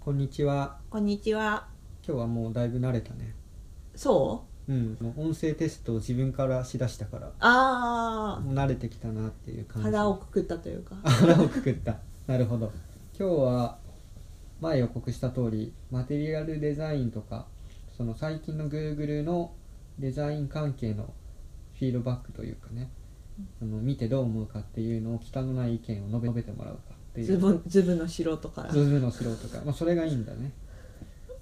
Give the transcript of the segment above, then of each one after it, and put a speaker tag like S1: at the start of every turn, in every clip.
S1: こんにちは
S2: こんにちは。
S1: 今日はもうだいぶ慣れたね
S2: そう
S1: うんもう音声テストを自分からしだしたから
S2: あ
S1: もう慣れてきたなっていう
S2: あ、
S1: 感じ
S2: 腹をくくったというか。
S1: 腹をくくったなるほど今日は前予告した通りマテリアルデザインとかその最近の Google のデザイン関係のフィードバックというかねその見てどう思うかっていうのを忌憚のない意見を述べ述べてもらうかっていう
S2: ズブズブの素人から。
S1: ズズの素人か、まあ、それがいいんだね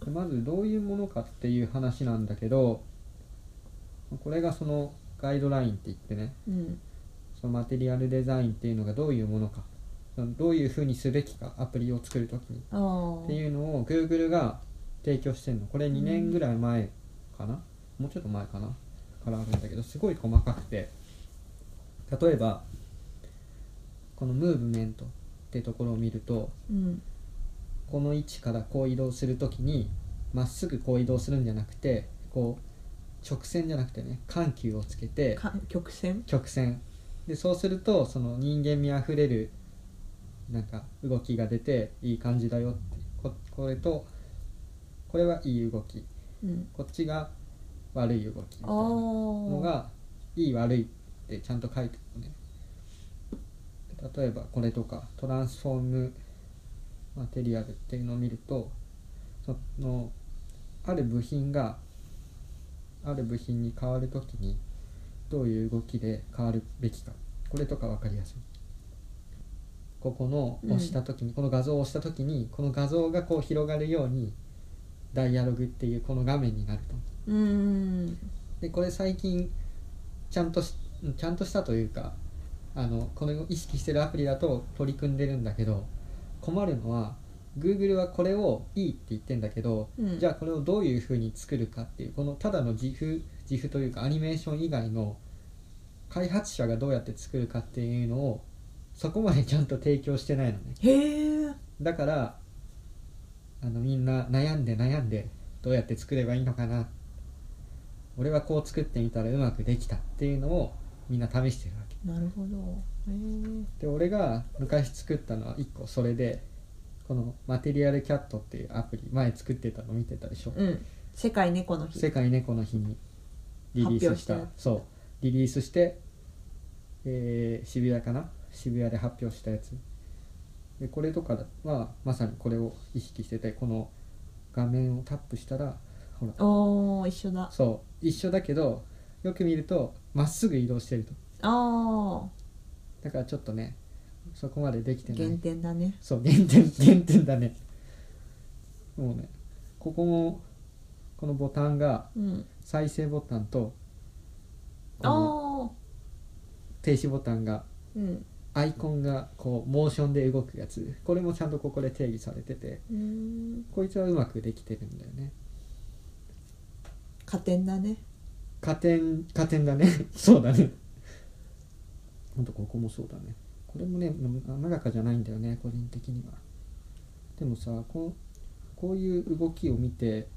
S1: でまずどういうものかっていう話なんだけどこれがそのガイドラインって言ってね
S2: うん。
S1: そのマテリアルデザインっていうのがどういうものかそのどういうふうにすべきかアプリを作るときに
S2: ああ。
S1: っていうのを Google が提供してるのこれ2年ぐらい前かな、もうちょっと前かなからあるんだけどすごい細かくて例えばこのムーブメントってところを見ると
S2: うん。
S1: この位置からこう移動するときにまっすぐこう移動するんじゃなくてこう直線じゃなくてね緩急をつけて
S2: か曲線
S1: 曲線でそうするとその人間味あふれるなんか動きが出ていい感じだよってここれとこれはいい動き
S2: うん。
S1: こっちが悪い動きみたいな
S2: ああ。
S1: のがいい悪いってちゃんと書いてるのね例えばこれとかトランスフォームマテリアルっていうのを見るとそのある部品がある部品に変わるときにどういう動きで変わるべきかこれとか分かりやすいここの押した時に、この画像を押した時にこの画像がこう広がるようにダイアログっていうこの画面になると
S2: うーん。
S1: でこれ最近ちゃんとしちゃんとしたというかあのこれを意識してるアプリだと取り組んでるんだけど困るのは Google はこれをいいって言ってんだけど、
S2: うん
S1: じゃあこれをどういうふうに作るかっていうこのただの自負自負というかアニメーション以外の開発者がどうやって作るかっていうのをそこまでちゃんと提供してないのね
S2: へえ。
S1: だからあのみんな悩んで悩んでどうやって作ればいいのかな俺はこう作ってみたらうまくできたっていうのをみんな試してるわけ
S2: なるほど。へえ。
S1: で俺が昔作ったのは1個それでこのマテリアルキャットっていうアプリ前作ってたの見てたでしょ、
S2: うん。世界猫の日。
S1: 世界猫の日にリリースした
S2: 発表したや
S1: そうリリースして、えー渋谷かな渋谷で発表したやつでこれとかはまさにこれを意識しててこの画面をタップしたらほら
S2: おお、一緒だ。あ
S1: そう一緒だけどよく見るとまっすぐ移動してると
S2: あ。
S1: だからちょっとねそこまでできてない
S2: 減点だね。
S1: そう原点原点だねもうねここもこのボタンが
S2: うん。
S1: 再生ボタンとこ
S2: あ
S1: の
S2: あ。
S1: 停止ボタンが
S2: うん。
S1: アイコンがこうモーションで動くやつこれもちゃんとここで定義されてて
S2: うーん。
S1: こいつはうまくできてるんだよね
S2: 加点だね。
S1: 加点加点だね そうだねほんとここもそうだねこれもね滑らかじゃないんだよね個人的にはでもさこうこういう動きを見て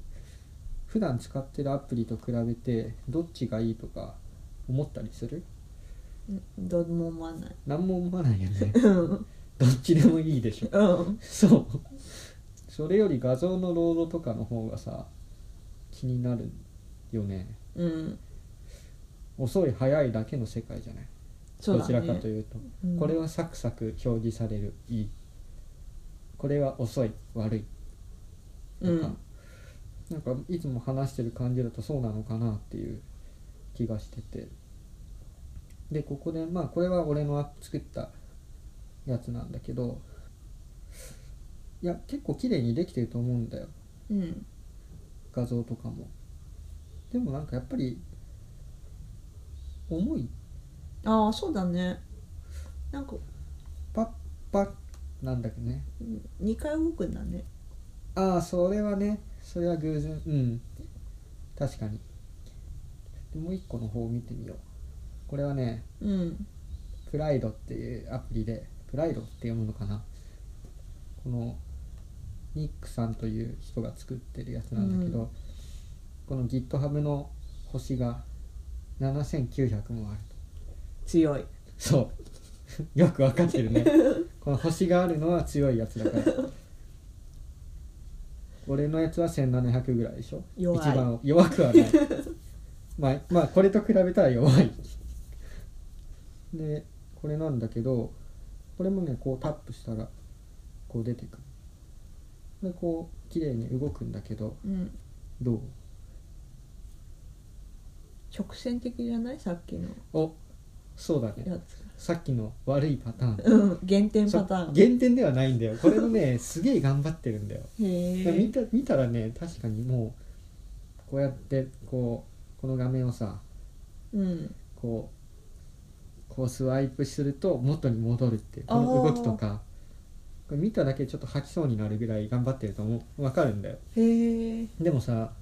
S1: 普段使ってるアプリと比べてどっちがいいとか思ったりする
S2: うんどうも思わない。
S1: 何も思わないよね
S2: うん。
S1: どっちでもいいでしょ
S2: うん。
S1: そうそれより画像のロードとかの方がさ気になるよね
S2: うん。
S1: 遅い早いだけの世界じゃない、
S2: そう
S1: ど
S2: だ
S1: ち
S2: ね。
S1: らかというと、
S2: うん
S1: これはサクサク表示されるいいこれは遅い悪いとか、
S2: うん
S1: なんかいつも話してる感じだとそうなのかなっていう気がしててでここでまあこれは俺の作ったやつなんだけどいや結構綺麗にできてると思うんだよ
S2: うん。
S1: 画像とかもでもなんかやっぱり重い
S2: ああそうだねなんか
S1: パッパッなんだけどね
S2: 2回動くんだね
S1: ああそれはねそれは偶然うん確かにでもう一個の方を見てみようこれはね
S2: うん
S1: プライドっていうアプリでプライドって読むのかなこのニックさんという人が作ってるやつなんだけど、
S2: うん
S1: この GitHub の星が7900もある
S2: 強い
S1: そう よくわかってるねこの星があるのは強いやつだから俺のやつは1700ぐらいでしょ
S2: 弱い
S1: 一番弱くは ないまあまあこれと比べたら弱いでこれなんだけどこれもねこうタップしたらこう出てくるでこう綺麗に動くんだけど
S2: うん、
S1: どう
S2: 直線的じゃないさっきの
S1: おそうだね
S2: やつ
S1: さっきの悪いパターン
S2: うん減点
S1: そ
S2: パ
S1: う
S2: ターンへ
S1: 減点ではないんだよこれの ねすげえ頑張ってるんだよだから見
S2: え
S1: た見たらね確かにもうこうやってこうこの画面をさ
S2: うん
S1: こうこうスワイプすると元に戻るっていうこの動きとかこれ見ただけでちょっと吐きそうになるぐらい頑張ってると思う分かるんだよ
S2: へえ
S1: でもさ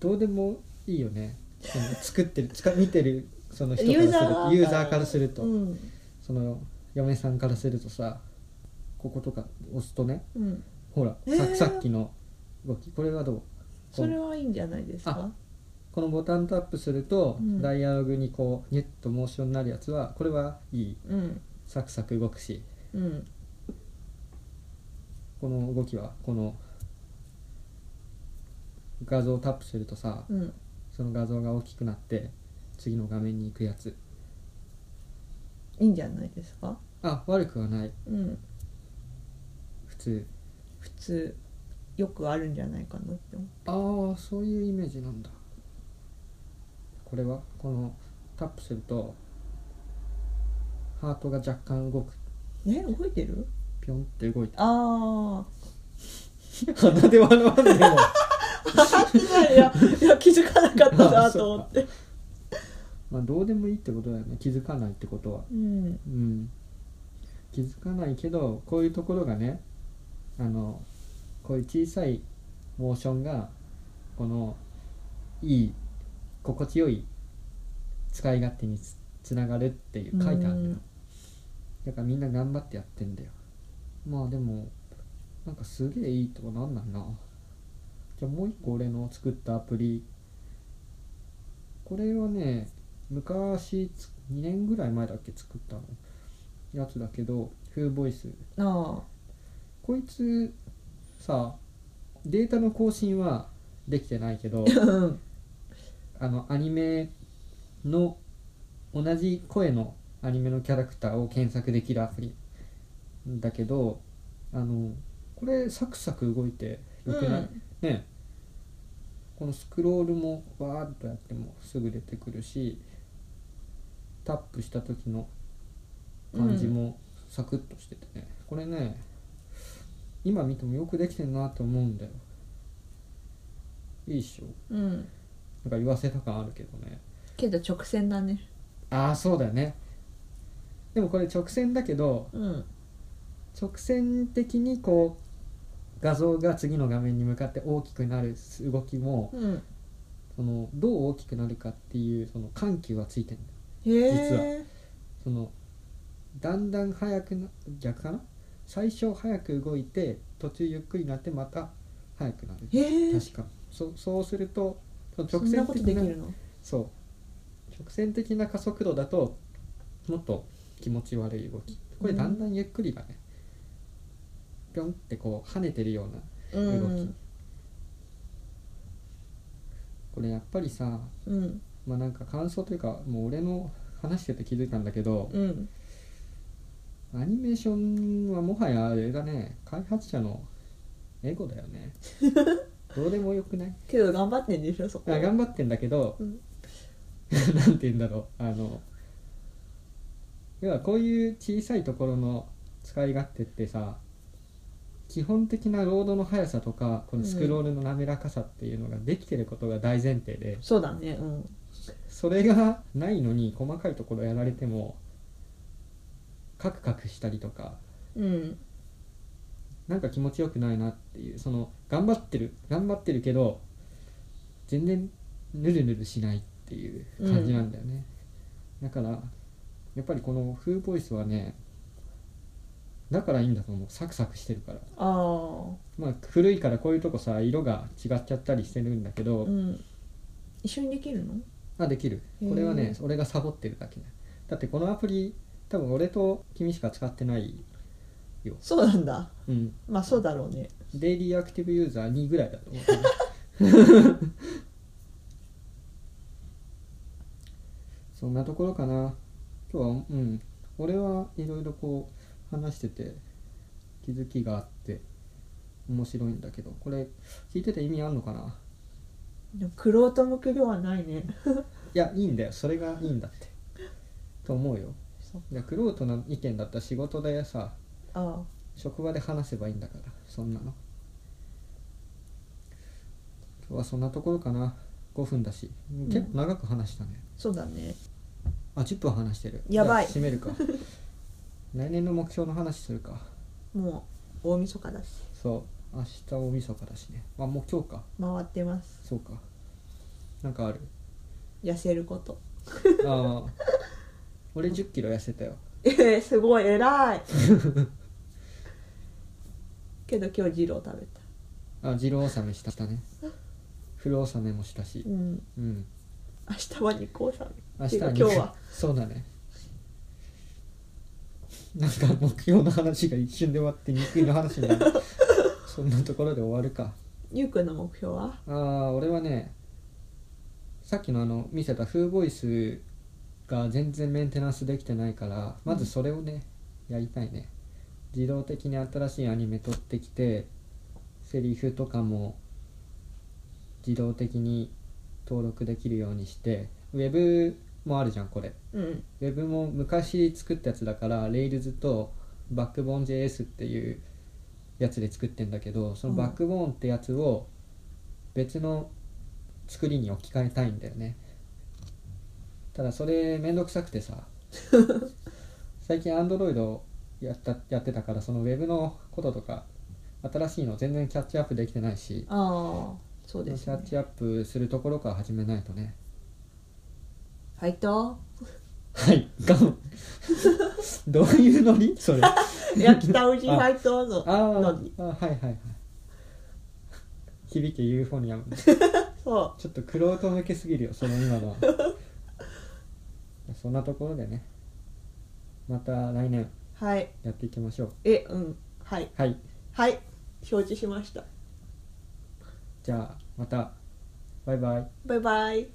S1: どうでもいいよねその作ってるつか見てるその人からするユーザーからすると、
S2: うん
S1: その嫁さんからするとさこことか押すとね
S2: うん
S1: ほら、
S2: えー
S1: ささっきの動きこれはどう
S2: それはいいんじゃないですか
S1: このボタンタップすると、
S2: うん
S1: ダイアログにこうニュッとモーションになるやつはこれはいい
S2: うん
S1: サクサク動くし
S2: うん
S1: この動きはこの画像をタップするとさ
S2: うん
S1: その画像が大きくなって次の画面に行くやつ
S2: いいんじゃないですか
S1: あ悪くはない
S2: うん
S1: 普通
S2: 普通よくあるんじゃないかなって思う
S1: ああそういうイメージなんだこれはこのタップするとハートが若干動く
S2: ね動いてる
S1: ピョンって動いて
S2: ああ
S1: 鼻で笑わんでも
S2: いやいや気づかなかった
S1: あ
S2: な
S1: そう
S2: と思 って
S1: まあどうでもいいってことだよね気づかないってことは
S2: うん
S1: うん気づかないけどこういうところがねあのこういう小さいモーションがこのいい心地よい使い勝手につつながるっていう書いてあるの
S2: う
S1: よ
S2: ん
S1: だからみんな頑張ってやってんだよまあでもなんかすげえいいとこなんないなじゃあもう一個俺の作ったアプリこれはね昔つ2年ぐらい前だっけ作ったのやつだけどフーボイス
S2: あ
S1: こいつさデータの更新はできてないけ ど
S2: あうん
S1: あのアニメの同じ声のアニメのキャラクターを検索できるアプリだけどあのこれサクサク動いてよくない、
S2: うん
S1: ねこのスクロールもバーッとやってもすぐ出てくるしタップした時の感じもサクッとしててね、これね今見てもよくできてるなと思うんだよいいっしょ
S2: うん
S1: なんか言わせた感あるけどね
S2: けど直線だね
S1: ああそうだよねでもこれ直線だけど
S2: うん
S1: 直線的にこう画像が次の画面に向かって大きくなる動きも
S2: うん
S1: そのどう大きくなるかっていうその緩急はついてるんだよ
S2: へ
S1: 実
S2: え
S1: そのだんだん速くな逆かな最初速く動いて途中ゆっくりになってまた速くなる
S2: へえ
S1: 確かそそうするとその
S2: そ
S1: 直
S2: んな
S1: 線
S2: こ
S1: 的
S2: と
S1: な
S2: できるの
S1: そう直線的な加速度だともっと気持ち悪い動きこれだんだんゆっくりがね、ぴょんってこう跳ねてるような
S2: う
S1: 動き、
S2: ん
S1: これやっぱりさ
S2: うん
S1: まあなんか感想というかもう俺の話してて気づいたんだけど、
S2: うん
S1: アニメーションはもはやあれだね開発者のエゴだよね どうでもよくない
S2: けど頑張ってんでしょそこ
S1: あ頑張ってんだけど、
S2: うん
S1: なんて言うんだろうあの要はこういう小さいところの使い勝手ってさ基本的なロードの速さとかこのスクロールの滑らかさっていうのができてることが大前提で、
S2: そうだねうん
S1: それがないのに細かいところやられてもカクカクしたりとか
S2: うん
S1: なんか気持ちよくないなっていうその頑張ってる頑張ってるけど全然ぬるぬるしないっていう感じなんだよね、だからやっぱりこの「フーボイス」はねだからいいんだと思うサクサクしてるから
S2: ああ
S1: まあ古いからこういうとこさ色が違っちゃったりしてるんだけど、
S2: うん一緒にできるの
S1: あできるこれは
S2: へ
S1: ね
S2: ー
S1: 俺がサボってるだけだだってこのアプリ多分俺と君しか使ってないよ、
S2: そうなんだ
S1: うん、
S2: まあそうだろうね
S1: デイリーアクティブユーザー2ぐらいだと思う そんなところかな今日はうん俺はいろいろこう話してて気づきがあって面白いんだけどこれ聞いてて意味あんのかな
S2: でもクロート向けではないね
S1: いやいいんだよそれがいいんだってと思うよ
S2: そう
S1: いやクロートの意見だったら仕事でさ
S2: ああ
S1: 職場で話せばいいんだからそんなの今日はそんなところかな5分だし結構長く話したね、
S2: そうだね
S1: あ10分話してる
S2: やばい
S1: じゃあ締めるか 来年の目標の話するか
S2: もう大晦日だし
S1: そう明日大晦日だしねあもう今日か
S2: 回ってます
S1: そうかなんかある
S2: 痩せること
S1: ああ俺1 0キロ痩せたよ
S2: えー、すごい偉いけど今日二郎食べた
S1: あ二郎納めしたしたね風呂納めもしたし
S2: うん
S1: うん
S2: 明日は日光さん
S1: 明日は
S2: 今日は
S1: そうだねなんか目標の話が一瞬で終わって肉の話にな るそんなところで終わるか
S2: ゆうくんの目標は
S1: ああ俺はねさっきのあの見せたフーボイスが全然メンテナンスできてないからまずそれをね、やりたいね自動的に新しいアニメ撮ってきてセリフとかも自動的に登録できるようにしてウェブもあるじゃんこれ
S2: うん
S1: ウェブも昔作ったやつだから Rails と Backbone.js っていうやつで作ってんだけどその
S2: うん
S1: Backbone ってやつを別の作りに置き換えたいんだよねただそれめんどくさくてさ 最近 Android をやったやってたからそのウェブのこととか新しいの全然キャッチアップできてないし
S2: ああそうです
S1: キャ
S2: ね
S1: ッチアップするところから始めないとね
S2: ファイト
S1: はい、ガン。 どういうノリそれ。あ
S2: 焼きた うじファイトの
S1: あー、
S2: ノリ
S1: あはいはいはい。響けユーフォニアム。
S2: そ
S1: ちょっとクロート向けすぎるよ、その今のは。そんなところでね、また来年
S2: うはい
S1: やっていきましょう。
S2: えうんはい
S1: はい、
S2: はい承知しました
S1: じゃあまた、バイバイ。
S2: バイバイ